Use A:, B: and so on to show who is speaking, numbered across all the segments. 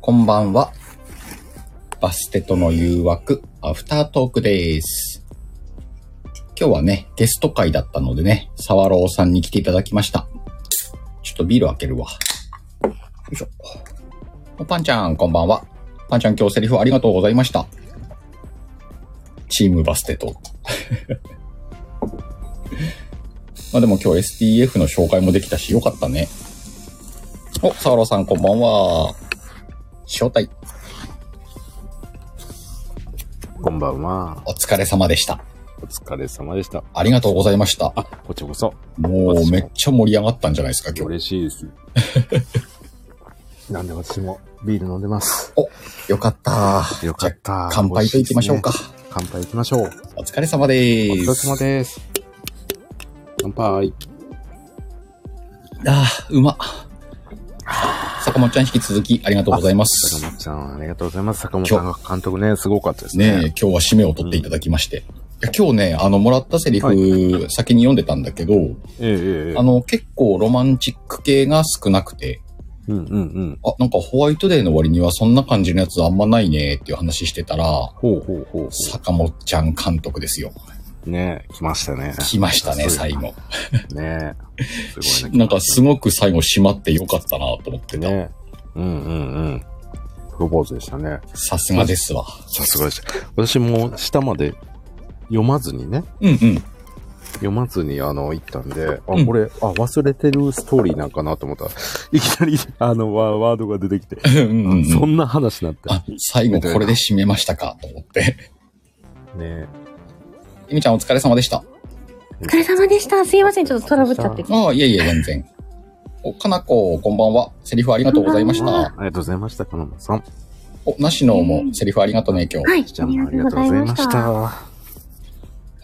A: こんばんは。バステとの誘惑、アフタートークです。今日はね、ゲスト会だったのでね、サワローさんに来ていただきました。ちょっとビール開けるわ。よいしょ。おパンちゃん、こんばんは。パンちゃん、今日セリフありがとうございました。チームバステと。 まあでも今日 SDF の紹介もできたし、よかったね。お、サワローさん、こんばんは。招待、
B: こんばんは。
A: お疲れ様でした。
B: お疲れ様でした。
A: ありがとうございました。
B: あ、こっちこそ。
A: も
B: 私
A: う
B: も
A: めっちゃ盛り上がったんじゃないですか、今日。
B: 嬉しい です。なんで私もビール飲んでます。
A: よかった。
B: よかった。
A: 乾杯といきましょうか。
B: 美味いですね。乾杯いきましょう。
A: お疲れ様で
B: お疲れ
A: す。
B: 様です。乾杯。
A: ああ、うま。坂本ちゃん引き続きありがとうございます。
B: 坂本ちゃん、ありがとうございます。坂本さんが監督ね、すごかったです
A: ねえ
B: ね。、
A: 今日は締めを取っていただきまして。いや今日ね、あの、もらったセリ
B: は
A: フ、先に読んでたんだけど、
B: ええええええ
A: あ。の、結構ロマンチック系が少なくて、
B: うんうんうん。
A: あ、なんかホワイトデーの割にはそんな感じのやつあんまないねっていう話してたら、
B: ほうほうほうほ
A: 坂本ちゃん監督ですよ。
B: う。ねえ、来ましたね。
A: 来ましたね、
B: そう
A: 最後。
B: ねえ。すごいね。
A: なんかすごく最後締まってよかったなと思ってた。
B: ねえ。うんうんうん。プロポーズでしたね。
A: さすがですわ。
B: さすがでした。私も下まで読まずにね、
A: うんうん。
B: 読まずにあの行ったんで、あ、
A: うん
B: これ、あ、忘れてるストーリーなんかなと思ったら、いきなり あのワワードが出てきて、
A: うんうんう
B: そ
A: ん
B: んな話になって。
A: あ、最後これで締めましたかと思って。
B: ね
A: ゆみちゃんお疲れ様でした。
C: お疲れ様でした。すいません。ちょっとトラブっちゃって。
A: ああ、いえいえ、全然。お、かなこ、こんばんは。セリフありがとうございまし
C: こんば
B: あ
C: ん
A: た。
B: りがとうございました、かのまさん。
A: お、なしのもセリフありがとうね、今日。
C: はい。
B: ちゃんもありがとうございまし
C: ありがとうございま
B: た。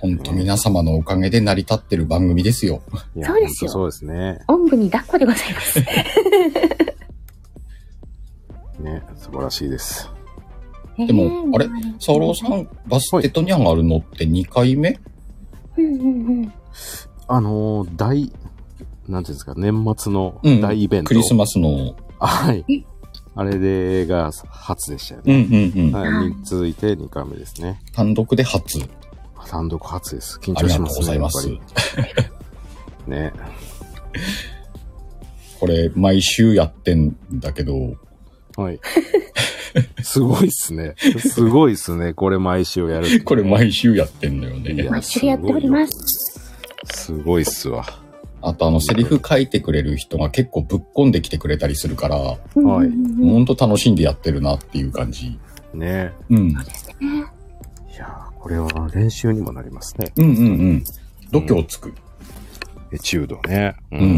A: ほんと皆様のおかげで成り立ってる番組ですよ。
B: い
C: そうですよ
B: ほんとそうですね。
C: おんぶに抱っこでございます。
B: ね、素晴らしいです。
A: でもあれサローさ
C: ん
A: ん、バステトニャンがあるのって2回目
C: うんうんうん。
B: あのー、大、なんていうんですか、年末の
A: うん
B: 大イベント。
A: クリスマスの。
B: はい
C: え。
B: あれでが初でしたよ
A: うん
B: ね。
A: うんうん。
B: は。
C: はいい
B: に続いて2回目ですね。
A: 単独で初。
B: 単独初です。緊
A: あり
B: 張
A: が
B: し
A: とう
B: ます
A: ございます
B: ね。やっ。ぱりね。
A: これ、毎週やってんだけど、
B: はい。 すごいっすね。すごいっすね。これ毎週やるって。
A: これ毎週やってんだよ
B: い
A: ね
B: や。
C: 毎週やっております。
B: すごいっすわ。
A: あとあのセリフ書いてくれる人が結構ぶっこんできてくれたりするから、
C: うんうん
B: は
C: う
B: い
C: ん
A: ほんと楽しんでやってるなっていう感じ。
B: ね
A: うん。
B: いやーこれは練習にもなりますね。
A: うんうんうん。度胸つく。
B: エチュードね。うん。
A: うん
B: い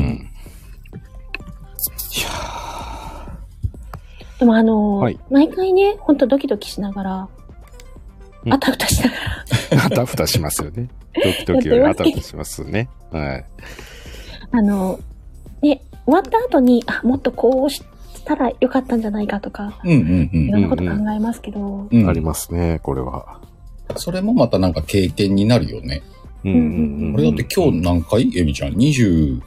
B: やー
C: でもあの
B: はい
C: ー、毎回ね、ほんとドキドキしながら
B: う、ん
C: あたふたしながら、
B: あたふたしますよね。ドキドキよりあたふたしますね。はい。
C: あのー、ね、終わった後に、あ、もっとこうしたらよかったんじゃないかとか、
A: うんうんう
C: い
A: ん
C: ろんなこと考えますけど、
A: うん。
B: ありますね、これは。
A: それもまたなんか経験になるよね。
B: うん
A: これだって今日何回エミちゃん ?20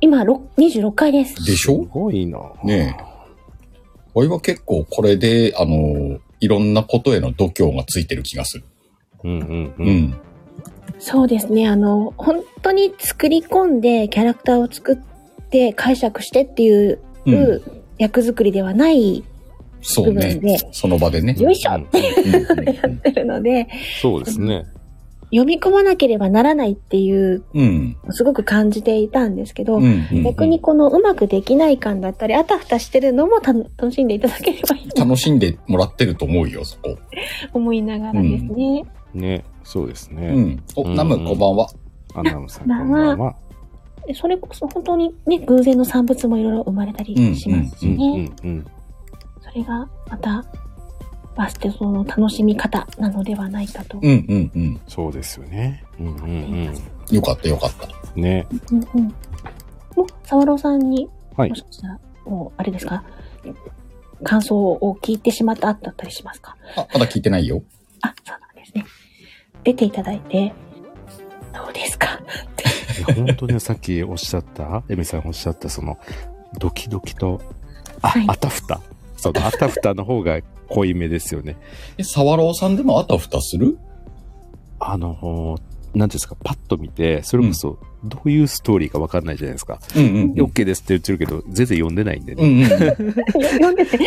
C: 今、ろ26回です。
A: でしょ
B: すごいな。
A: ね俺は結構これで、あの、いろんなことへの度胸がついてる気がする。
B: うんうん
A: う
B: うん。
A: ん。
C: そうですね。あの、本当に作り込んでキャラクターを作って解釈してっていう、
A: うん。
C: 役作りではない、
A: そうね
C: 部分で。
A: その場でね。
C: よいしょ
B: うん
A: うんうんうん
C: てるので、
B: そうですね。
C: 読み込まなければならないっていう、
A: うん。
C: すごく感じていたんですけど、
A: うんうん
C: 逆にこのうまくできない感だったり、あたふたしてるのもた楽しんでいただければいいと
A: 楽しんでもらってると思うよ、そこ。
C: 思いながらですね。
B: ね。そうですね。
A: うん。お、ナム、
B: うん
A: こんばんは。
B: アナウンサー
C: こんば
B: こん
C: ん
B: ば
C: は
B: んは。
C: それこそ本当にね、偶然の産物もいろいろ生まれたりしますし
B: うん
C: ね。
B: うんうん。
C: それがまた、バステその楽しみ方なのではないかと。
A: うんうんうん。
B: そうですよね。うんうん
A: よかったよかった。
B: うん。ね。
C: うんうん。もう、沢朗さんに、
B: はい
C: もしかしたら、もう、あれですか、感想を聞いてしまった、あったりしますか
A: あ、まだ聞いてないよ。
C: あ、そうなんですね。出ていただいて、どうです か
B: 本当ね、さっき おっしゃった、エミさんおっしゃった、その、ドキドキと、あ
C: はい、
B: あたふた。そのあたふたの方が濃いめですよね。
A: え、サワローさんでもあたふたする
B: あの、何ですか、パッと見て、それこそ、どういうストーリーかわかんないじゃないですか。
A: うんうん
B: で OK ですって言ってるけど、全然読んでないんでね。
A: うんうん。
C: 読んでて。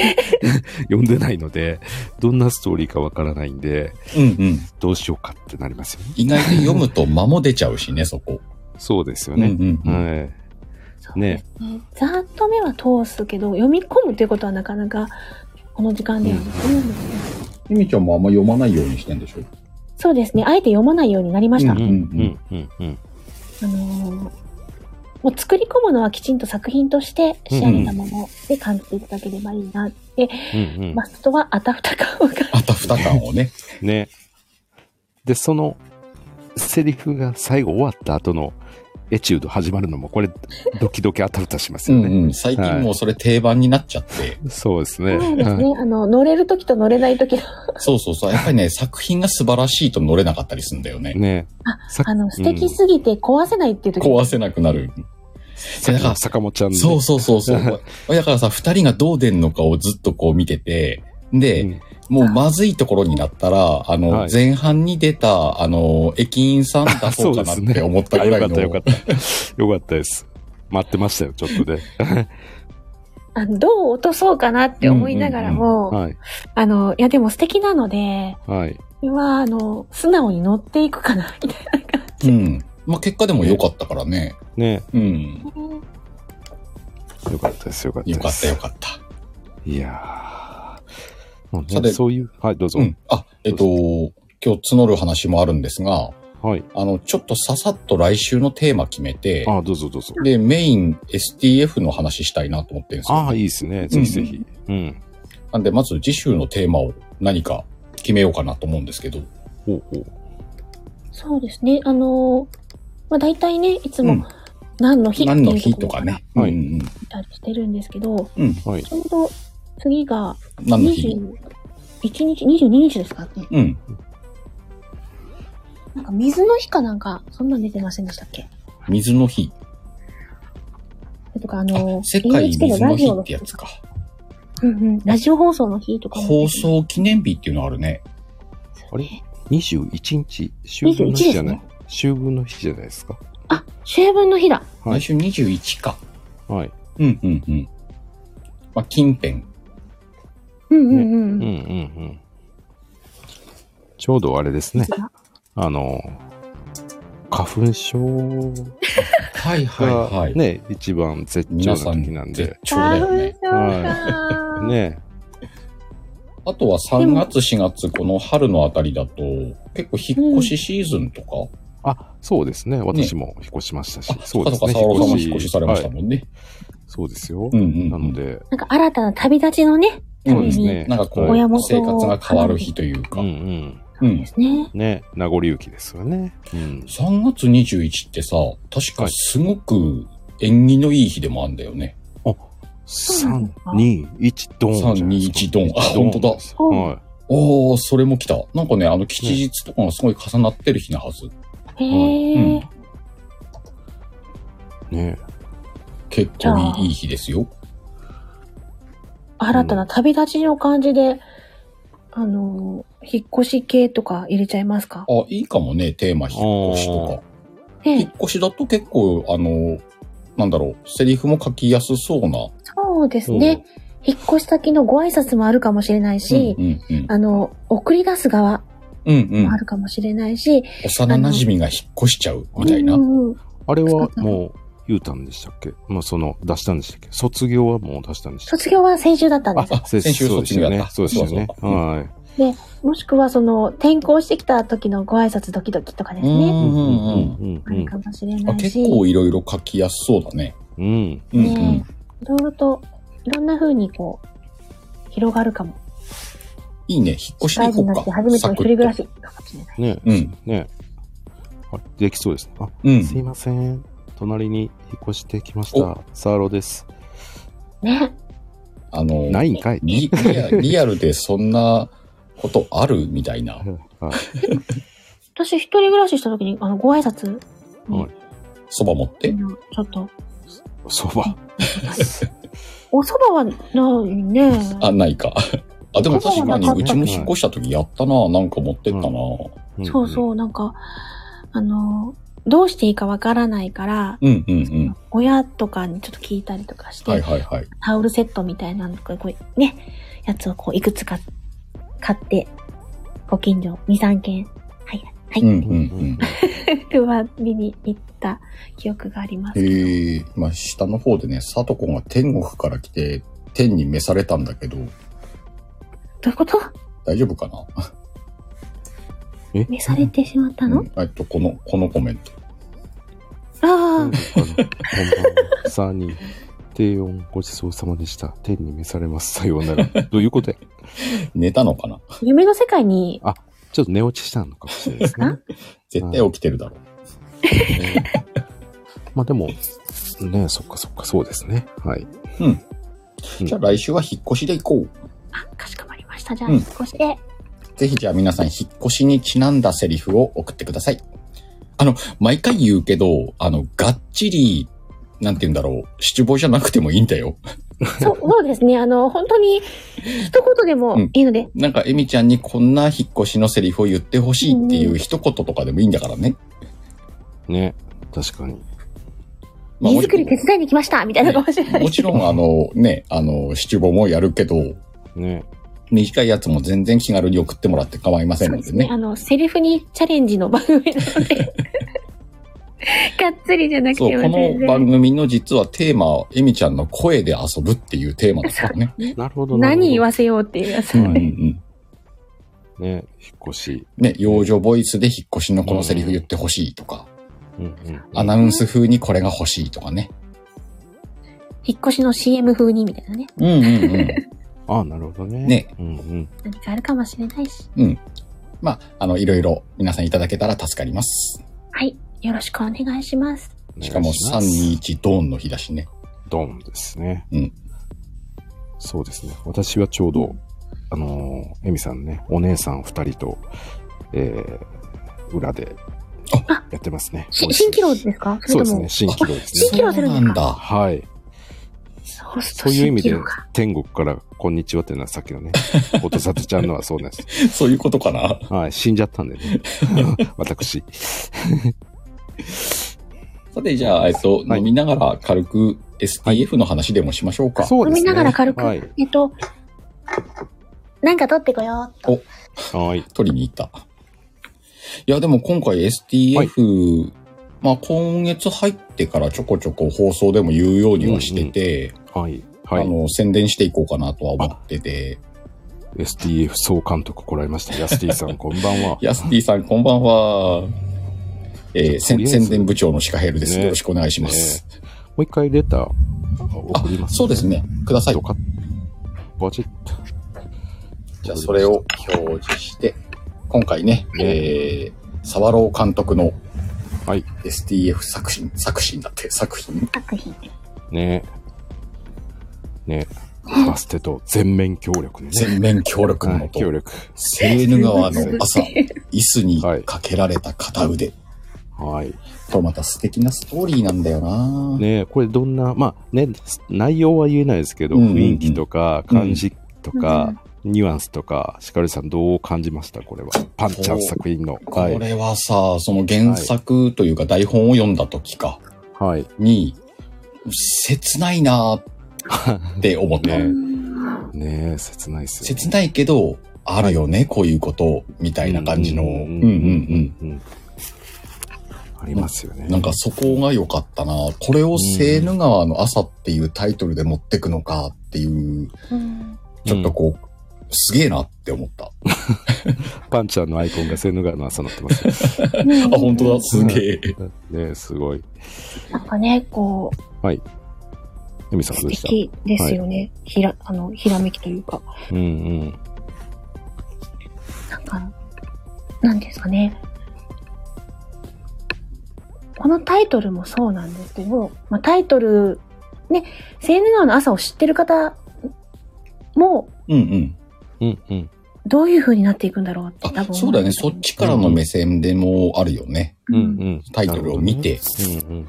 B: 読んでないので、どんなストーリーかわからないんで、
A: うんうん。
B: どうしようかってなりますよね。
A: 意外と読むと間も出ちゃうしね、そこ。
B: そうですよ
A: うんう
B: ね。
A: んうん。
B: はい。ね
C: ざっと目は通すけど、読み込むということはなかなか、この時間では難しいんですね。
A: ゆみちゃんもあんま読まないようにしてんでしょ
C: そうですね。あえて読まないようになりました。
B: うん
A: ん
B: うんうんうん。
C: あのーもう作り込むのはきちんと作品として仕上げたもので感じていただければいいなって、
B: うんうん
C: マストはあたふた感が。
A: あたふた感をね。
B: ね。で、その、セリフが最後終わった後のエチュード始まるのも、これ、ドキドキあたふたします
A: う
B: よ
A: ん
B: ね。
A: うん。最近もうそれ定番になっちゃって。
B: そうですね。
C: そうです
B: はい
C: ね。あの、乗れる時と乗れない時の、
A: そうそうそう。やっぱりね、作品が素晴らしいと乗れなかったりするんだよね。
B: ねさ
C: あの、素敵すぎて壊せないっていう時、
A: 壊せなくなる。
B: うん
A: だから
B: 坂本ちゃんね
A: そうそうそう そう。だからさ、二人がどう出んのかをずっとこう見てて、で、
B: うん
A: もうまずいところになったら、あの、
B: はい
A: 前半に出た、あの、駅員さん出そうかな
B: そうで
A: っ
B: すね
A: て思った
B: あ
A: ぐら
B: よ
A: い
B: か
A: の。
B: ったよかった。よかった です。待ってましたよ、ちょっとね。
C: あのどう落とそうかなって思いながらも、
B: はい。
C: あの、いやでも素敵なので、
B: はい。
C: これは、あの、素直に乗っていくかな、みたいな感
A: うん。まあ、結果でも良かったからね。
B: ね
A: うん。
C: じ。
B: よかったです、よかったで
A: よ
B: す。
A: かったよかった。
B: いやーもうね
A: さて
B: そういう、はい、どうぞ。
A: うん。あ、えっと、今日募る話もあるんですが、
B: はい。
A: あの、ちょっとささっと来週のテーマ決めて、
B: あどうぞどうぞ。
A: で、メイン STF の話したいなと思ってるんですよ。
B: ああ、いいですね。ぜひぜひ。うん。
A: なんで、まず次週のテーマを何か決めようかなと思うんですけど。
B: ほうほう。
C: そうですね。あの、まあ、大体ね、いつ
A: う
C: も
A: ん
C: 何の日って
A: 何の
C: い
A: 日
C: うと
A: と
C: こ
A: か
C: ろ
A: ね。
B: はい
A: うんうん
C: 見たりしてるんですけど、
B: はい。
C: ちょうど次が
A: 何の日
C: 21日、22日ですかね。
A: うん。
C: なんか水の日かなんか、そんなん出てませんでしたっけ
A: 水の日。
C: とか、あ
A: あ
C: の、、
A: 世界
C: NHK
A: 水
C: ラ
A: の
C: ジ
A: 日
C: オ
A: ってやつか。
C: うんうん、ラジオ放送の日とかも出て
A: 放
C: ます
A: 送記念日っていうのあるね。
B: あれ ?21 日、秋分の日じゃない。秋分の日じゃないですか。
C: あ、秋分の日だ。
B: はい
A: 来週21か。
B: はい。
A: うんうんうん。まあ、近辺。
C: うんうんう
B: うんうん
C: んうん。
B: うん。ちょうどあれですね。あの、花粉症
A: はいはいは
B: が
A: い。
B: ね、一番絶頂
A: 皆さ
B: の時なん
A: ん絶
B: で。
A: 頂だ
C: 花
A: よ
C: 粉
A: ね。
C: 症か。
B: ね
A: あとは3月4月この春のあたりだと結構引っ越しシーズンとか、
B: あ、そうですね。私も引っ越しましたし。
A: あ、そう
B: そ
A: う
B: で
A: か
B: す
A: そう
B: ね。
A: か、沢朗さんも引っ越しされまし
B: は
A: た
B: い
A: もんね。
B: そうですよ。
A: うんうんうん。
B: なので、
C: なんか新たな旅立ちのね、
A: うん
B: そうですね。
A: なんかこう、
C: 親元
A: 生活が変わる日というか。
B: うんうん。
A: うん
C: ですね。
B: ね、名残雪ですよね。うん。
A: 3月21ってさ、確かすごく縁起のいい日でもあるんだよね。
C: そうなん
B: 3
C: ですか、
B: 2、1、ドンじゃないですか。
A: 3 2 1ドンあ本当だ
B: ですは
A: おー、それも来た。なんかね、あの、吉日とかがすごい重なってる日なはず。
C: へえ、
B: い。ね
A: 結
C: じゃ
A: 構
C: あ
A: いいいい日ですよ。
C: 新たな旅立ちの感じで、あの、引っ越し系とか入れちゃいますか
A: あ、いいかもね、テーマ引っ越しとか。引っ
C: ね
A: 越しだと結構、あの、なんだろう、セリフも書きやすそうな。
C: そうですね。引っ越し先のご挨拶もあるかもしれないし、
A: うんうんうん。
C: あの、送り出す側
A: うんうん
C: もあ。るかもしれないし、
A: 幼馴染みが引っ越しちゃうみたいな。
C: うんうん
B: あれはもう、言うたんでしたっけまあ、その、出したんでしたっけ卒業はもう出したんでしたっけ
C: 卒業は先週だったんです。
A: あ先週
B: そうですよね。
A: 卒
B: そう
A: 業
B: ですよ
A: やっ
B: ね
A: た。そうそう
B: は
C: もしくは、その、転校してきた時のご挨拶ドキドキとかです
A: う
B: い。
C: ね。
A: んうん
B: うん
C: あるかもしれ
A: あ
C: ないし。
A: 結構いろいろ書きやすそうだね。
B: うん。うん。
A: うんうん。
C: ねいろいろと、いろんな風にこう、広がるかも。
A: いいね。引っ越し
C: 大
A: に行
C: 事にな
A: こ
C: っ
A: う
C: て
A: か。
C: 初めての
A: サ
C: 一
A: クッと
C: 人暮らしかもしれない。
B: ね
A: うん。
B: ねあできそうですね。あ、
A: うん。
B: すいません。隣に引っ越してきました
A: お。
B: サー ロです。
C: ね。
A: あの、
B: ないんかい。
A: リリアリアルでそんなことあるみたいな。
B: はい
C: 私一人暮らしした時に、あの、ご挨拶に、
B: はい
A: そば持って。
C: あのちょっと、
B: そば。
C: お蕎麦はないね。
A: あ、ないか。 あ、でも確かに、
C: そうだ
A: うちも引っ越した時やったな。なんか持ってったな。
C: そうそう、なんか、あの、どうしていいかわからないから、
A: うんうんうん。
C: 親とかにちょっと聞いたりとかして、
A: はいはいはい。
C: タオルセットみたいなのとか、こうね、やつをこういくつか買って、ご近所2、3軒、はい、はい、
A: うんうんうん。
C: 配りに行った記憶があります
A: え
C: けど。
A: ー、まあ下の方でね、さとこが天国から来て、天に召されたんだけど、
C: どういうこと
A: 大丈夫かな
C: 召されてしまった
A: う
C: の、
A: ん、えっと、この、このコメント。
C: ああ、
B: 3人。低音ごちそうさまでした。天に召されます。さような ら。どういうことや
A: 寝たのかな
C: 夢の世界に、
B: ちょっと寝落ちしたのかもしれないですね。
A: 絶対起きてるだろう。
B: まあでも、ねそっかそっか、そうですね。はい。うん
A: じゃあ来週は引っ越しで行こう。
C: あ、かしこまりました。じゃあ、
A: うん
C: 引っ越して、
A: ぜひじゃあ皆さん引っ越しにちなんだセリフを送ってください。あの、毎回言うけど、あの、がっちり、なんて言うんだろう、七五じゃなくてもいいんだよ。
C: そう、そうですね。あの、本当に、一言でもいいので、
A: なんか、エミちゃんにこんな引っ越しのセリフを言ってほしいっていう一言とかでもいいんだからね。
B: ね確かに。
A: まあ
C: 家作り手伝いに来ましたみたいなのかもしれない。
A: もちろん、あの、ね、あの、七五もやるけど、
B: ね
A: 短いやつも全然気軽に送ってもらって構いません
C: そう
A: ので
C: で
A: す
C: ね。
A: ね。
C: あの、セリフにチャレンジの番組なので、 がっつりじゃなく
A: そう
C: ても
A: こ
C: 全然。
A: の番組の実はテーマは、エミちゃんの声で遊ぶっていうテーマですからね。
B: なるほど。
C: 何言
B: わ
C: わせようっていうやつ
A: うんうんうん。
B: ね引っ越し。
A: ね、幼女ボイスで引っ越しのこのセリフ言ってほしいとか、
B: うんうん。
A: アナウンス風にこれが欲しいとかね。
C: 引っ越しの CM 風にみたいなね。
A: うんうんう
B: ああ、なるほどね。
A: ね
B: うんうん。
C: 何かあるかもしれないし。
A: ん。うん。 まあ、あの、いろいろ皆さんいただけたら助かります。
C: はい。よろしくお願いします。
A: しかも
B: 人
A: 321ドーンの日だしね。
B: ドンですね。
A: うん。
B: そうですね。私はちょうど、あのー、エミさんね、お姉さん2人と、えー、裏で
C: あ、
B: やってますね。
C: し新規郎ですかそ
B: そうで
C: れと
B: す
C: も
B: ね、。新規郎ですね。
C: 新規郎する
A: そ
C: の
A: う
C: か
A: なんだ。
B: はい。
C: そうす
B: そういう意味で
C: 新規郎か、
B: 天国から、こんにちはっていうのはさっき のね、音沙汰ちゃんのはそうなんです。
A: そういうことかな。
B: はい、死んじゃったんでね。 私。
A: さて、じゃあ、えっと、
B: はい
A: 飲みながら軽く STF の話でもしましょうか。
B: そう
C: 飲
B: ですね。
C: みながら軽く、
B: はい。
C: えっと、なんか取ってこようと。
B: はい。
A: 取りに行った。いや、でも今回 STF、まあ今月入ってからちょこちょこ放送でも言うようにはしてて、
B: はい。は
A: あ
B: い。
A: の、宣伝していこうかなとは思ってて、
B: STF 総監督来られました。ヤスティさん、こんばんは。
A: ヤスティさんこんばんは。えー、
B: ちょっとと
A: 宣
B: りあえず
A: 宣伝部長のシカヘルです。
B: ね
A: よろしくお願いします。
B: もう一回レターを送り
A: あ、
B: ます、
A: そうです。ね。ください
B: ど。かバチッと。
A: じゃあそれを表示して、今回ね、えー、沢朗監督の
B: はい
A: STF 作品、作品だって、作品
C: 作品。
B: ねねバステと全面協力ね。
A: 全面協力の
B: は
A: も
B: い
A: と
B: 協、力。
A: セーヌ川 の朝、椅子に
B: はい
A: かけられた片腕
B: はい。
A: とまた素敵なストーリーなんだよな、
B: ねこれどんな、まあね、内容は言えないですけど、
A: うんうんうん
B: 雰囲気とか、感じとか、ニュアンスとか、シカルさんどう感じましたこれは。パンちゃん作品の。
A: こ
B: はい。
A: れはさ、その原作というか台本を読んだ時か
B: はい。
A: に、切ないなって思 った。
B: ね
C: うん
B: ねえ、切ないっすよ、ね。
A: 切ないけど、あるよね、こういうこと、みたいな感じの。
B: う
A: うんん
B: う
A: うんん
B: う
A: うんん
B: うんうん。ありますよね。
A: なんかそこが良かったなこれをセーヌ川の朝っていうタイトルで持ってくのかっていう、
C: うん
A: ちょっとこう、すげえなって思った。
B: パンチャーのアイコンがセーヌ川の朝になってますね。
A: あ、本当だ、すげえ。
B: ねえ、すごい。
C: なんかね、こう、
B: エミさんど
C: 素
B: うでした
C: 敵ですよね。ひら、あの、ひらめきというか。
B: うんうん。
C: なんか、なんですかね。このタイトルもそうなんですけど、まあ、タイトル、ね、セーヌ川の朝を知ってる方も、
A: うんうん。
B: うんうん。
C: どういう風になっていくんだろうって多
A: あ、
C: 分
A: そうだよね。そっちからの目線でもあるよね。
B: うんうん。
A: タイトルを見て。
B: なるほどね。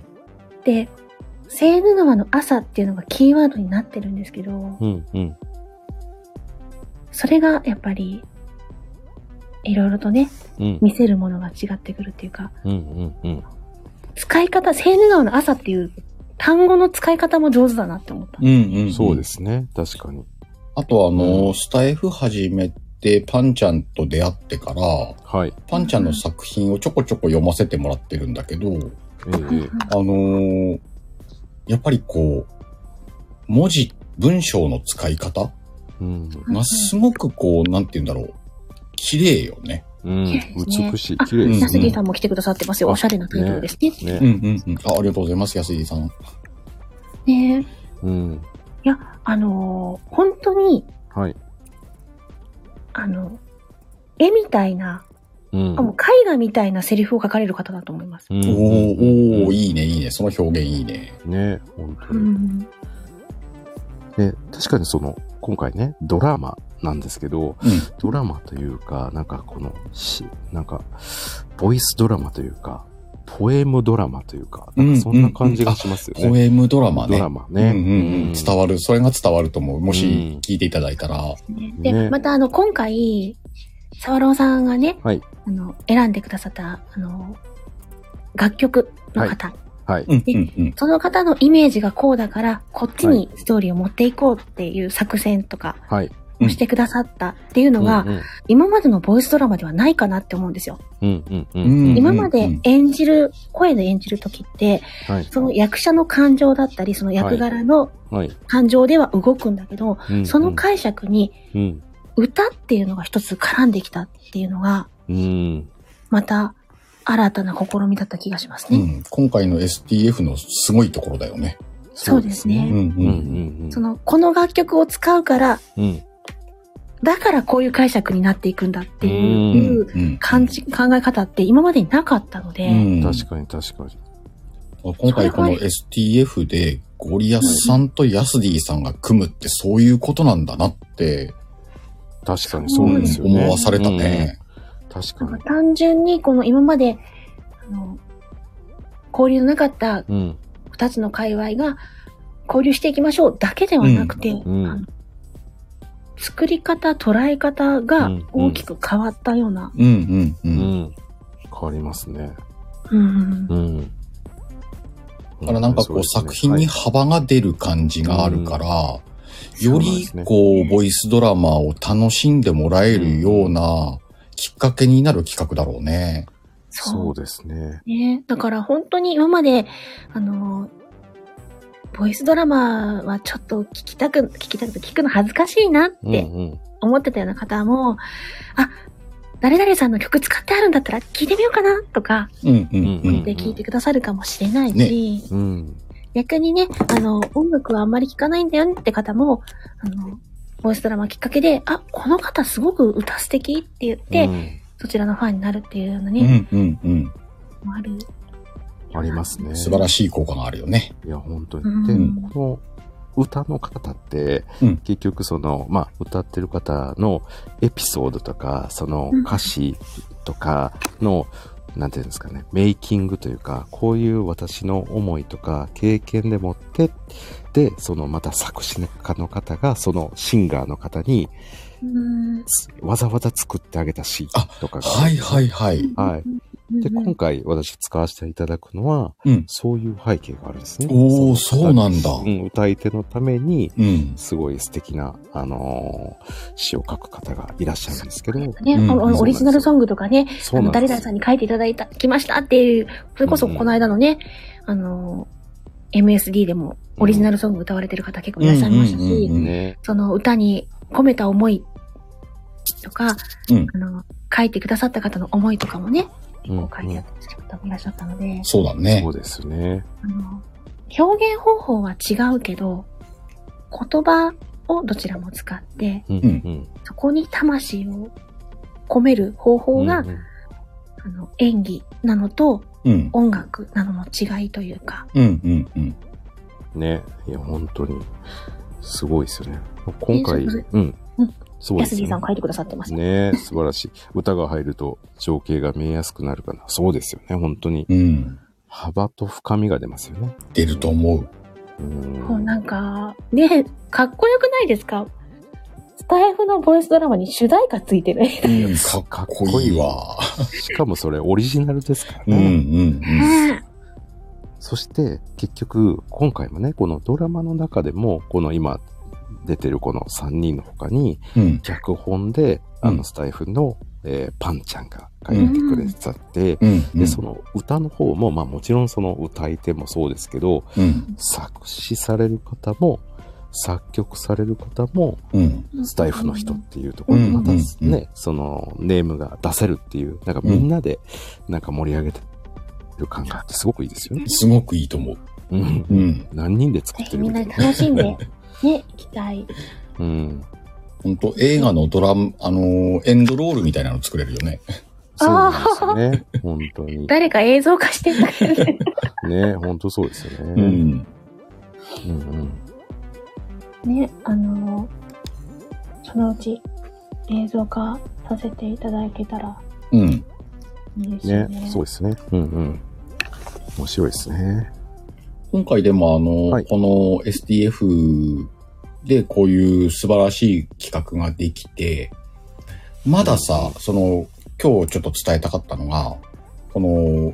C: で、セーヌ川の朝っていうのがキーワードになってるんですけど、
B: うんうん。
C: それがやっぱり、いろいろとね、
B: うん
C: 見せるものが違ってくるっていうか、
B: うんうんうん。
C: 使い方、セーヌ川の朝っていう単語の使い方も上手だなって思った。
A: うんうん、。
B: そうですすね。確かに。
A: あとあの、
B: う
A: スタイフ始めて、パンちゃんと出会ってから、
B: はい。
A: パンちゃんの作品をちょこちょこ読ませてもらってるんだけど、
B: え
C: うんう
B: え
C: ん
A: あのーやっぱりこう、文字、文章の使い方
B: うん。
A: がすごくこう、なんて言うんだろう。綺麗よね。
B: うん。美しい。綺麗
A: うん
B: です
C: 安杉
B: ね
C: さ。んも来てくださってますよ。おしゃれなタイトルですね。
A: うん
B: ね。
A: うんうん。あありがとうございます、安井さん。
C: ねえ
B: うん。
C: いや、あのー本当に、
B: はい。
C: あの、絵みたいな、
B: うん。
C: あもう絵画みたいなセリフを書かれる方だと思います。
A: おー、おー、いいね、いいね。その表現いいね。
B: ね、本当
C: う
B: に。
C: ん。
B: で、確かにその、今回ね、ドラマなんですけど、
A: うん。
B: ドラマというか、なんかこの、し、なんか、ボイスドラマというか、ポエムドラマというか、なんかそんな感じがしますよね。
A: ポエムドラマね。
B: ドラマ
A: うん
B: ね。
A: うんうん。伝わる。それが伝わると思う。も
B: う
A: し
B: ん
A: 聞いていただいたら。
C: で、
B: ね
C: またあの、今回、沢朗さんがね、
B: はい
C: あの、選んでくださった、あの、楽曲の方、
B: はい。
A: うんうんうん。
C: その方のイメージがこうだから、こっち
B: は
C: に
B: い
C: ストーリーを持っていこうっていう作戦とか
B: はい。
A: うん
C: してくださったっていうのが、
B: うん
C: 今までのボイスドラマではないかなって思うんですよ。
B: うんうんうん
A: うん
B: うん。
C: 今まで演じる、声で演じるときって、
B: はい。
C: その役者の感情だったり、その役柄の
B: はい。
C: 感情では動くんだけど、
B: うん
C: その、解釈に
B: うん。
C: 歌っていうのが一つ絡んできたっていうのが、
B: うん。
C: また新たな試みだった気がします
A: う
C: ね。
A: ん。今回の STF のすごいところだよね。
C: そうです
A: う
C: ね
A: ん。
B: う
A: うん。
B: うんんうん。
C: その、この楽曲を使うから、
B: うん、
C: だからこういう解釈になっていくんだって
A: う
C: いうん
A: うん。
C: 感じ、考え方って今までになかったので、
A: うん。
B: 確かに確かに。
A: 今回この STF でゴリアスさんとヤスディさんが組むってそういうことなんだなって
B: 確かにそうですよね。
A: 思わされたね。
B: うん。確
C: な
B: か
C: んか
B: に。
C: 単純にこの今まで、あの、交流のなかった
B: うん。
C: 二つの界隈が交流していきましょうだけではなくて、
B: うん
C: あの作り方、捉え方が大きく変わったような、
A: うんう
B: うん
A: うん。
B: ん。変わりますね。
C: うん
B: うん。
A: だからなんかこう作品に幅が出る感じがあるから、よりこうボイスドラマを楽しんでもらえるようなきっかけになる企画だろうね。
B: そうですね。
C: ね。だから本当に今まで、あの、ボイスドラマはちょっと聞きたく、聞きたくて聞くの恥ずかしいなっ
B: うんう
C: て
B: ん。
C: 思ってたような方も、あ、誰々さんの曲使ってあるんだったら聞いてみようかなとか、
A: うんうんうん。
C: で聞いてくださるかもしれないし、
B: うん。
C: 逆にね、あの、音楽はあんまり聴かないんだよねって方も、あの、ボイスドラマきっかけで、あ、この方すごく歌素敵って言って、
B: うん
C: そちらのファンになるっていうような
A: う
C: ね、
A: んうんうん。
C: もある。
B: ありますね。
A: 素晴らしい効果があるよね。
B: いや、本当
C: うん
B: に。で、この歌の方って、
A: うん
B: 結局その、まあ、歌ってる方のエピソードとか、その
C: うん
B: 歌詞とかの、なんていうんですかね、メイキングというか、こういう私の思いとか経験でもって、で、そのまた作詞家の方が、そのシンガーの方に
C: うん。
B: つわざわざ作ってあげた詩とかが、
A: はいはいはい。
B: はい
C: い
B: で、今回私使わせていただくのは、
A: うん。
B: そういう背景があるんですね。
A: おー、
B: その
A: そうなんだ。
B: うん、歌い手のために、
A: うん。
B: すごい素敵な、あのー詩を書く方がいらっしゃるんですけど、
C: ね、
A: うん
C: あの
A: うん
C: オリジナルソングとかね、
B: そ
C: あ
B: うな
C: の
B: んで
C: 誰
B: す
C: 々さんに書いていただいた、きましたっていう、それこそこの間のね、あの、MSD でもオリジナルソング歌われてる方結構いらっしゃいましたし、
A: うんうんうんうん
B: ね。
C: その歌に込めた思いとか、
A: うん
C: あの、書いてくださった方の思いとかもね、
B: う
C: 結
B: ん
C: 構書いてあったりする方もいらっしゃったので、
A: そうだね
B: そう。ですね。
C: あの、表現方法は違うけど、言葉をどちらも使って、
B: うん。
A: うん
B: うん。
C: そこに魂を込める方法が、
B: うん
C: あの演技なのと
A: うん。
C: 音楽なのの違いというか、
A: うんうんうん。
B: うんね。いや、本当に、すごいですよね。今回、
C: ねそれ
B: うん
C: うん。
B: そう
C: ヤ
B: で
C: ス
B: す
C: ディ
B: ね
C: さん。書いてくださってます。
B: ね素晴らしい。歌が入ると情景が見えやすくなるかな。そうですよね。本当に。
A: うん。
B: 幅と深みが出ますよね。
A: 出ると思う。
B: うん
C: こうなんか、ね、かっこよくないですかスタイフのボイスドラマに主題歌ついてる。
A: うん、かっこいいわ。
B: しかもそれオリジナルですから
A: うん、う
B: ね。
A: ん、
B: そして結局今回もね、このドラマの中でも、この今出てるこの3人の他に、
A: うん。うん、
B: 脚本であ
A: うん
B: のスタイフの、えーパンちゃんが書いてくれてたって、
A: うん、うん
B: で、その歌の方も、まあもちろんその歌い手もそうですけど、
A: うん、
B: 作詞される方も、作曲される方も、
A: うん、
B: スタイフの人っていうところにまた
A: うん
B: ね、
A: うんう
B: そのネームが出せるっていう、なんかみんなでなんか盛り上げてる感があってすごくいいですよね。
A: すごくいいと思う。
B: うん。
A: うん。
B: 何人で作
C: ぜ
B: って
C: ひ
B: る
C: み
B: み
C: ん
B: た
C: な
B: な。
C: いで楽しんで、ね、行きたい。
B: うん。
A: 本当映画のドラム、あのーエンドロールみたいなの作れるよね。
B: そうなんですよね。本当に。
C: 誰か映像化してんだけどね。
B: ね、本当そうですよ
A: う
B: ね。
A: ん。
B: うんうん。
C: ね、あの、そのうち映像化させていただけたら
A: うん。
C: いいですよね。
B: ね、そうですね。うんうん。面白いですね。
A: 今回でもあのー
B: はい
A: この SDF でこういう素晴らしい企画ができて、まださ、その、今日ちょっと伝えたかったのが、この、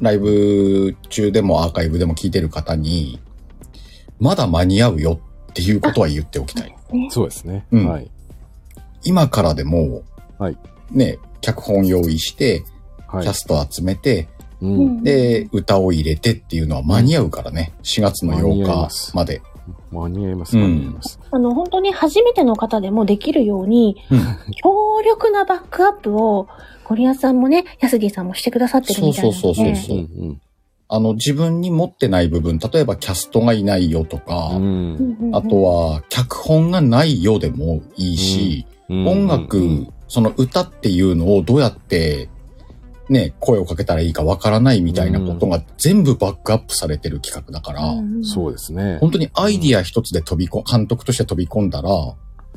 A: ライブ中でもアーカイブでも聞いてる方に、まだ間に合うよっていうことは言っておきたい。
C: ね。
B: そうですね。
A: うん
B: はい。
A: 今からでも、
B: はい
A: ね、脚本用意して、
B: はい
A: キャ。スト集めて、
B: うん。
A: で、歌を入れてっていうのは間に合うからね。4月の
B: 間に合
A: 8
B: いま
A: 日
B: す
A: まで。
B: 間に合います、
A: うん
B: 間に合います。
C: あの、本当に初めての方でもできるように
A: うん、
C: 強力なバックアップを、ゴリアスさんもね、ヤスディさんもしてくださってるみたいなので。
A: そうそうそうそう
B: うんうん。
A: あの、自分に持ってない部分、例えばキャストがいないよとか、
B: うん
A: あとは脚本がないよでもいいし、
B: うん
A: 音楽、その歌っていうのをどうやって、ね、声をかけたらいいかわからないみたいなことが全部バックアップされてる企画だから、
C: は
B: そうですね。
A: 本当にアイディア一つで飛びこ、監督として飛び込んだら、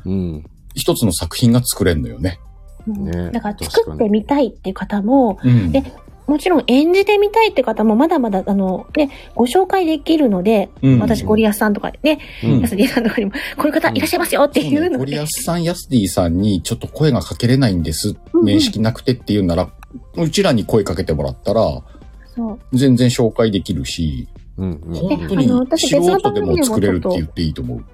B: うん。
A: 一つの作品が作れるのよね。
B: ね
C: だから作ってみたいっていう方も、
A: うん
C: でもちろん演じてみたいっていう方もまだまだ、あの、ね、ご紹介できるので、
A: うん
C: 私、ゴリアスさんとかね、
A: うん
C: ヤスディさんとかにも、こういう方いらっしゃいますよっていう
A: ゴ
C: の
A: リ
C: で
A: ア、スさん、ヤスディさんにちょっと声がかけれないんです。
C: うんうん
A: 面識なくてっていうなら、うちらに声かけてもらったら、
C: そう。
A: 全然紹介できるし、
B: うんうんうん
A: 本当
C: あの
A: に
C: 私
A: 素
C: 別の
A: 人
C: 番
A: で
C: 組で
A: も
C: も
A: 作れるっ
C: ち
A: て
C: ょっと
A: 言っていいと思う。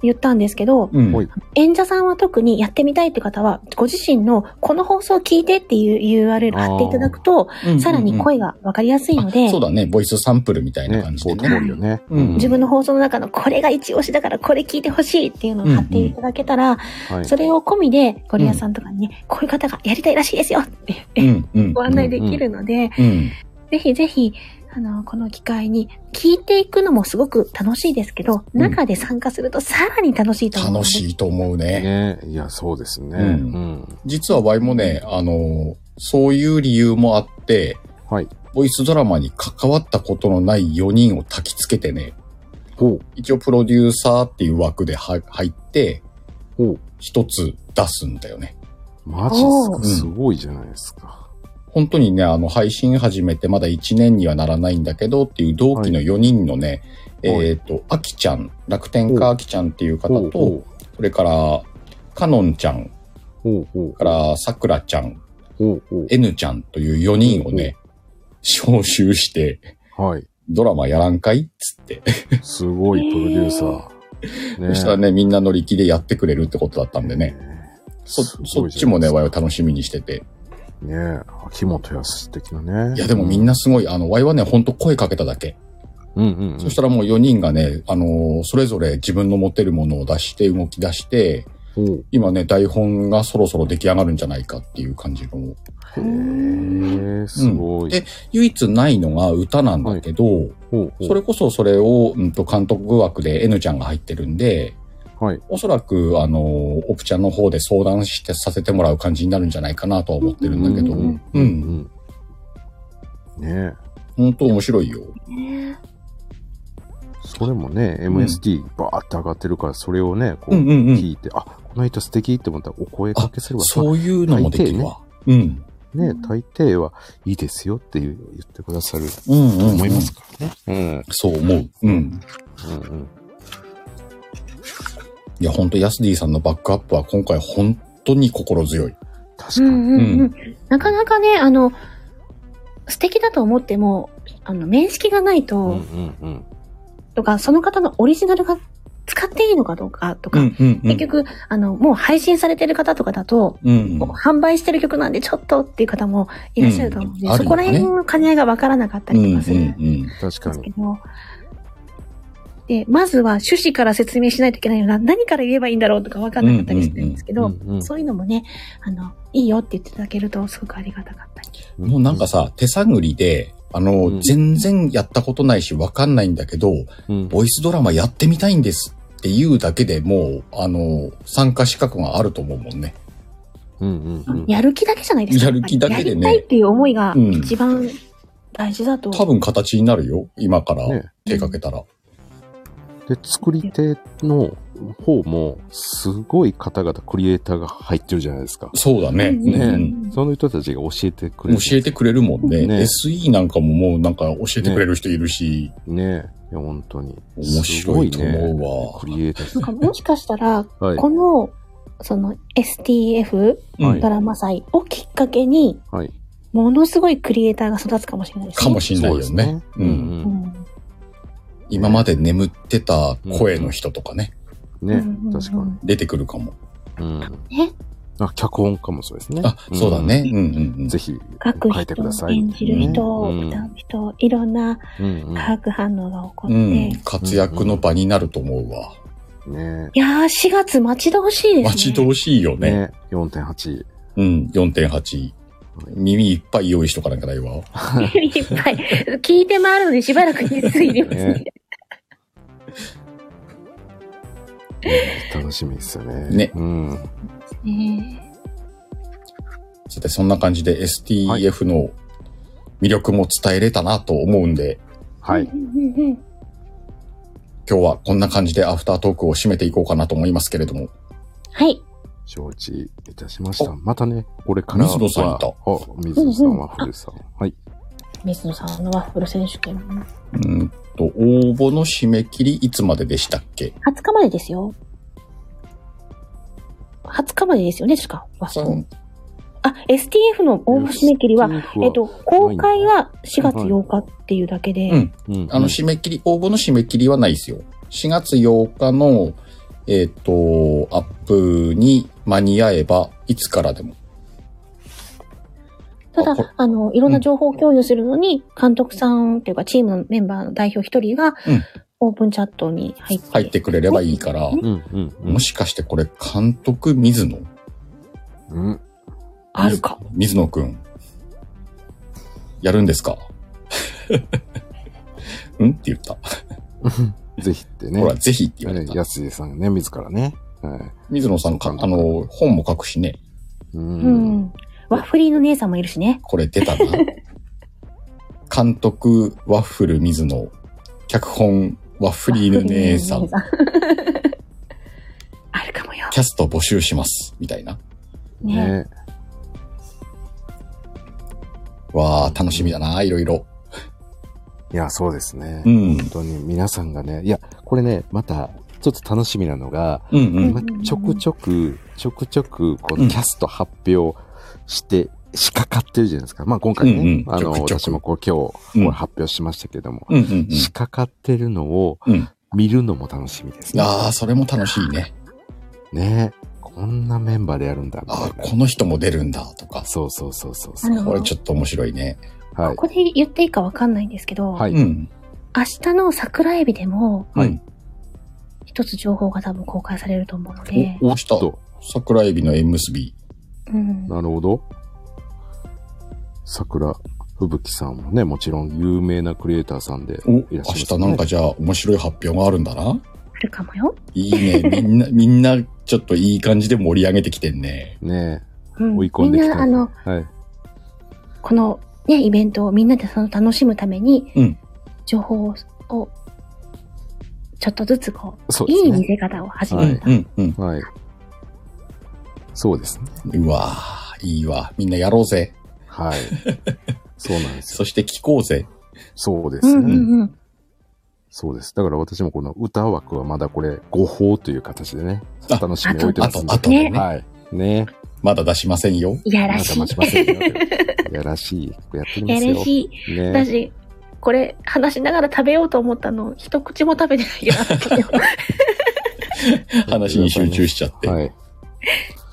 C: 言ったんですけど、
A: うん。
B: はい
C: 演者さんは特にやってみたいっていう方は、ご自身のこの放送を聞いてっていう URL 貼っていただくと、
A: うん
C: さらに声がわかりやすいので、
A: あそうだね、ボイスサンプルみたいな
B: ね
A: 感、じ
B: ポ
A: で
B: ートフ
A: ね。
B: ォリオね。
A: うん
B: うん
C: 自分の放送の中のこれが一押しだからこれ聞いてほしいっていうのを貼っていただけたら、
B: はい
C: それを込みでゴリアさんとかにね、こういう方がやりたいらしいですよって言って
A: うん、うん。
C: ご案内できるので、
A: うん。
C: ぜひぜひ、あの、この機会に聞いていくのもすごく楽しいですけど、
A: うん
C: 中で参加するとさらに楽しいと思うの
A: 楽
C: で。
A: しいと思うね。
B: ね。いや、そうですね。
A: う
B: うんん。
A: 実はワイもね、あの、そういう理由もあって、
B: はい。
A: ボイスドラマに関わったことのない4人を焚きつけてね、
B: ほう。
A: 一応プロデューサーっていう枠では入って、
B: ほう。
A: 一つ出すんだよね。
B: マジっす
C: お
A: ー
B: か。すごいじゃないですか。
A: 本当にね、あの、配信始めてまだ1年にはならないんだけどっていう同期の4人のね、
B: はい
A: えっ、と、あきちゃん、楽天家あきちゃんっていう
B: ほ
A: 方
B: うほ
A: と、それから、かのんちゃん、
B: う。ほうほう。
A: から、さくらちゃん、
B: ほうほ
A: N ちゃんという4人をね、招集して、
B: う。はい。
A: ドラマやらんかいっつって。
B: すごいプロデューサー。
A: そしたらね、みんな乗り気でやってくれるってことだったんでね。。そ
B: すごいじゃ
A: そ
B: ない
A: っ
B: ですか
A: ちもね、わいは楽しみにしてて。
B: ねえ、秋元康的なね。
A: いや、でもみんなすごい、あの、ワイはね、ほんと声かけただけ。
B: うん、うんうん。
A: そしたらもう4人がね、あのーそれぞれ自分の持ってるものを出して動き出して、
B: ほう。
A: 今ね、台本がそろそろ出来上がるんじゃないかっていう感じの。
B: へえ、すごい。
A: で唯一ないのが歌なんだけど、
B: ほうほう。
A: それこそそれを、うんと、監督枠で N ちゃんが入ってるんで、
B: はい。
A: おそらく、あのーオプちゃんの方で相談してさせてもらう感じになるんじゃないかなとは思ってるんだけど、
B: う
A: うんん、
B: うん。ねえ。
A: 本当面白いよ。
C: ね
B: それもね、MSD バーって上がってるから、それをね、こう、
A: うんうんうん
B: 聞いて、あ、この人素敵って思ったらお声かけするわ。
A: そういうのもできるわ。うん。
B: うね、
C: うん
B: 大抵はいいですよっていう言ってくださる
A: うん、
B: と
A: うん。
B: 思いますからね。うん。
A: そう思う。うん。
B: うんうん。
A: いや、本当ヤスディさんのバックアップは今回本当に心強い。
B: 確
C: う
B: かに。
C: んう
A: う
C: んうん。なかなかね、あの、素敵だと思っても、あの、面識がないと、
B: うんうんうん。
C: とか、その方のオリジナルが使っていいのかどうかとか、
A: うん、
C: 結局、あの、もう配信されてる方とかだと、
A: うん
C: もう販売してる曲なんでちょっとっていう方もいらっしゃると思うんで、
A: うんある
C: そ
A: よ
C: こ
A: ね
C: ら辺の兼ね合いがわからなかった
A: うん、
C: り
A: うん
C: とかする
A: う
C: ん
A: ん。
B: 確か
C: ですけ
B: に。
C: ど、で、まずは趣旨から説明しないといけないよな、何から言えばいいんだろうとかわからなかったりするんですけど、
B: うんうん
C: そういうのもね、あの、いいよって言っていただけるとすごくありがたかったり。
A: もうなんかさ、手探りで、あの、
B: うん
A: 全然やったことないし、わかんないんだけど、
B: うん、
A: ボイスドラマやってみたいんですっていうだけでもう、あの、参加資格があると思うもんね。
B: うんうんうん。
C: やる気だけじゃないですか。
A: やる気だけでね
C: やりたいっていう思いが
A: うん
C: 一番大事だと。
A: 多分形になるよ。今から
B: ね
A: 手かけたら。
B: で、作り手の方も、すごい方々、クリエイターが入ってるじゃないですか。
A: そうだね。
C: ね
A: うん
B: その人たちが教えてく
A: うん
B: れる。
A: 教えてくれるもんね
B: ね
A: SE なんかももうなんか教えてくれる人いるし、
B: ねえ。いや、本当に。
A: 面白いと思
B: す
A: うわ
B: ごいねクリエイター
C: なんかもしかしたら、
B: はい。
C: この、その STF
A: うん
B: はい
C: ドラマ祭をきっかけに、
B: はい。
C: ものすごいクリエイターが育つかもしれないですね。
A: かもしれないよね
B: そうですうん
C: う
B: うん。
C: ん
A: 今まで眠ってた声の人とかね、
B: ね
C: うんうんうん
B: 確かに。
A: 出てくるかも。
B: うん。
C: ね
B: あ、脚本家もそうですね。
A: あ、
B: ん
A: そうだ。ね。うんうんうん
B: ぜ。ひ、
C: 書く
B: 書いてくだ
C: 人、
B: さい。
C: 演じる人、
B: うん
C: 歌う人、いろんな
B: うんうん
C: 化学反応が起こって。
A: うん
C: い、
A: 活躍の場になると思うわ。
B: ね
C: やー、4月待ち遠しいですね。
A: 待ち遠しいよ
B: え。
A: ね。
B: ねえ。4.8。
A: うん、4.8。耳いっぱい用意しとかなきゃないわ。
C: いっぱい。聞いて回るのにしばらく言い過ぎますね
B: ね。楽しみですよね。
A: ね
B: うん。
C: ね。
A: さて、そんな感じで STF の魅力も伝えれたなと思うんで、
B: はいう
C: んうんうん
A: 今日はこんな感じでアフタートークを締めていこうかなと思いますけれども。
C: はい。
B: 承知いたしました。またね、これからは。
A: 水野さんいた
B: あ、水野さんは古さん。はい。
C: 水野さんのワッフル選手権。
A: うーんと、応募の締め切りいつまででしたっけ
C: 20日までですよ。20日までですよね、確か。ワッフル
A: 三
C: あ、STF の応募締め切りは、
B: STF
C: えっと、公開は4月8日っていうだけで、
A: うん
B: うん、
A: あの、締め切り、応募の締め切りはないですよ。4月8日の、えっ、と、アップに間に合えば、いつからでも。
C: た
A: あこ
C: だ、あの、いろんな情報を共有するのに、監督さんっていうか、チームのメンバーの代表一人が
A: うん、
C: オープンチャットに入って、
A: 入ってくれればいいから、
B: うん、うん、うん。
A: もしかしてこれ、監督水野
B: うん。
C: あるか。
A: 水野くん。やるんですかうんって言った。
B: ぜひってね。
A: ほら、ぜひって言われ
B: ね、
A: た。
B: 安井さんがね、自らね。は
A: 水野さんか、あの、本も書くしね。
B: い。う。
C: うんん。ワッフリーの姉さんもいるしね。
A: これ出たな。監督、ワッフル、水野。脚本、ワッフリーヌ姉さん。。
C: あるかもよ。
A: キャスト募集します。みたいな。
C: ね。
B: ね
A: わあ、楽しみだな、いろいろ。
B: いや、そうですね。
A: うん。
B: 本当に皆さんがね、いや、これね、また、ちょっと楽しみなのが、
A: うんうん。
B: まちょくちょく、ちょくちょく、こ
A: うん
B: のキャスト発表して、仕掛かってるじゃないですか。まあ今回ね、
A: うんうん
B: あの、
A: ちょくちょく
B: 私もこう今日、こ
A: うん
B: れ発表しましたけども、
A: うんうんうん。
B: 仕掛かってるのを
A: うん
B: 見るのも楽しみですね。
A: ああ、それも楽しいね。
B: ねこんなメンバーでやるんだ、みた
A: あ
B: い
A: あ、
B: な。
A: この人も出るんだ、とか。
B: そうそうそうそう
C: あ
B: そう。
C: の
A: これちょっと面白いね。
B: はい。
C: ここで言っていいかわかんないんですけど、
B: はい。
A: うん。
C: 明日の桜エビでも、
B: はい
A: うん。
C: 一つ情報が多分公開されると思うので、
A: お、
B: お
A: っ
B: っ
A: と、
B: と、
A: 桜エビの縁結び。
C: うん。
B: なるほど。桜吹雪さんもね、もちろん有名なクリエイターさんで
A: お、
B: い
A: 明
B: らっしゃいます、ね。
A: 日なんかじゃあ面白い発表があるんだな。
C: あるかもよ。
A: いいね。みんな、みんな、ちょっといい感じで盛り上げてきてんね。
B: ね
C: うん
B: 追い込んでき
C: みんな、
B: た
C: あ
B: り
C: の、
B: はい。
C: この、ね、イベントをみんなでその楽しむために、
A: うん
C: 情報を、をちょっとずつこう、
B: そうで
C: い
B: す
C: い
B: ね。
C: 見せ方を始
A: う
C: める
A: んうんうん。
B: はい。そうですね。
A: うわぁ、いいわ。みんなやろうぜ。
B: はい。そうなんですよ。
A: そして聞こうぜ。
B: そうで
C: う
B: す
C: ん
B: ね。
C: うんうん。
B: そうです。だから私もこの歌枠はまだこれ、誤報という形でね、
A: あ
B: 楽しみに置いて
A: あ
B: ます
A: と
B: ん、で。
A: あとでね。
B: はい。ね
A: まだ出しませんよ。
C: いや
B: な
C: ら
B: んか
C: し
B: 待ちま
C: い。
B: せんよ。いやらしい曲やってき
C: い
B: ま
C: や
B: す
C: ら
B: よ。
C: しい。
B: ね
C: 私、これ話しながら食べようと思ったの、一口も食べてないけどあったよ。
A: 話に集中しちゃって。
B: はい。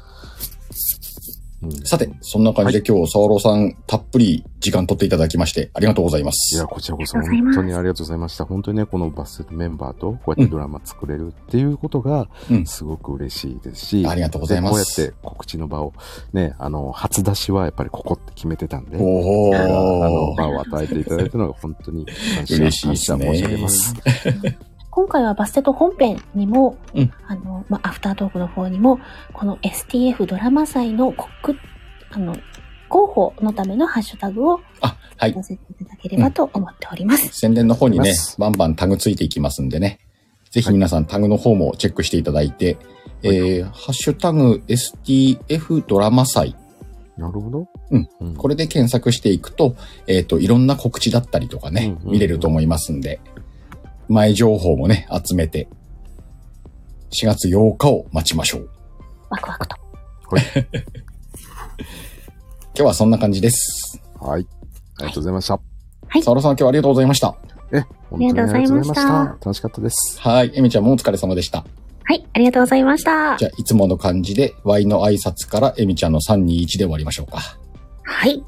B: うん
A: さて、そんな感じで今日、沢朗さん、たっぷり時間取っていただきまして、ありがとうございま
B: いや、
A: す。
B: こちらこそ
C: ありがとうございま
B: 本
C: す
B: 当にありがとうございました。本当にね、このバスケットメンバーとこうやってドラマ作れるっていうことが
A: うん、
B: すごく嬉しいですし、
A: ありがとうございます
B: でこうやって告知の場を、ね、あの、初出しはやっぱりここって決めてたんで、
A: お
B: あの
A: ー。
B: 場を与えていただいたのが本当に感謝
A: 嬉しいで
B: 感
A: す
B: 謝
A: ね
B: 申し上げます。
C: 今回はバステと本編にも、
A: うん
C: あの、まあ、アフタートークの方にも、この STF ドラマ祭の告、あの、広報のためのハッシュタグを
A: あ、はい
C: 載。せていただければと思っております。
A: 宣伝の方に
B: あり
A: ね
B: がとうござい
A: バン
B: ま、す
A: バンタグついていきますんでね。ぜひ皆さんタグの方もチェックしていただいて、えー、ハッシュタグ STF ドラマ祭。
B: なるほど。
A: うん。こ
B: れ、
A: れで検索していくと、えっ、と、いろんな告知だったりとかね、
B: うん
A: 見れると思いますんで、前情報もね、集めて、4月8日を待ちましょう。
C: ワクワクと。
A: 今日はそんな感じです。
B: はい。ありがとうございました。
C: はい
A: 沢田さん今日はありがとうございました。
B: 本当にありがとうございました。楽しかったです。
A: はい。エミちゃんもお疲れ様でした。
C: はい、ありがとうございました
A: じ。ゃあ、いつもの感じで、Y の挨拶からエミちゃんの321で終わりましょうか。
C: はい。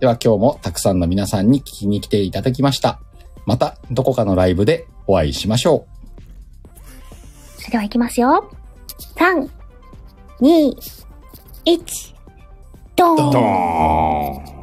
A: では今日もたくさんの皆さんに聞きに来ていただきました。またどこかのライブでお会いしましょう。
C: それでは行きますよ。3、2、1、ドーン
B: ドーン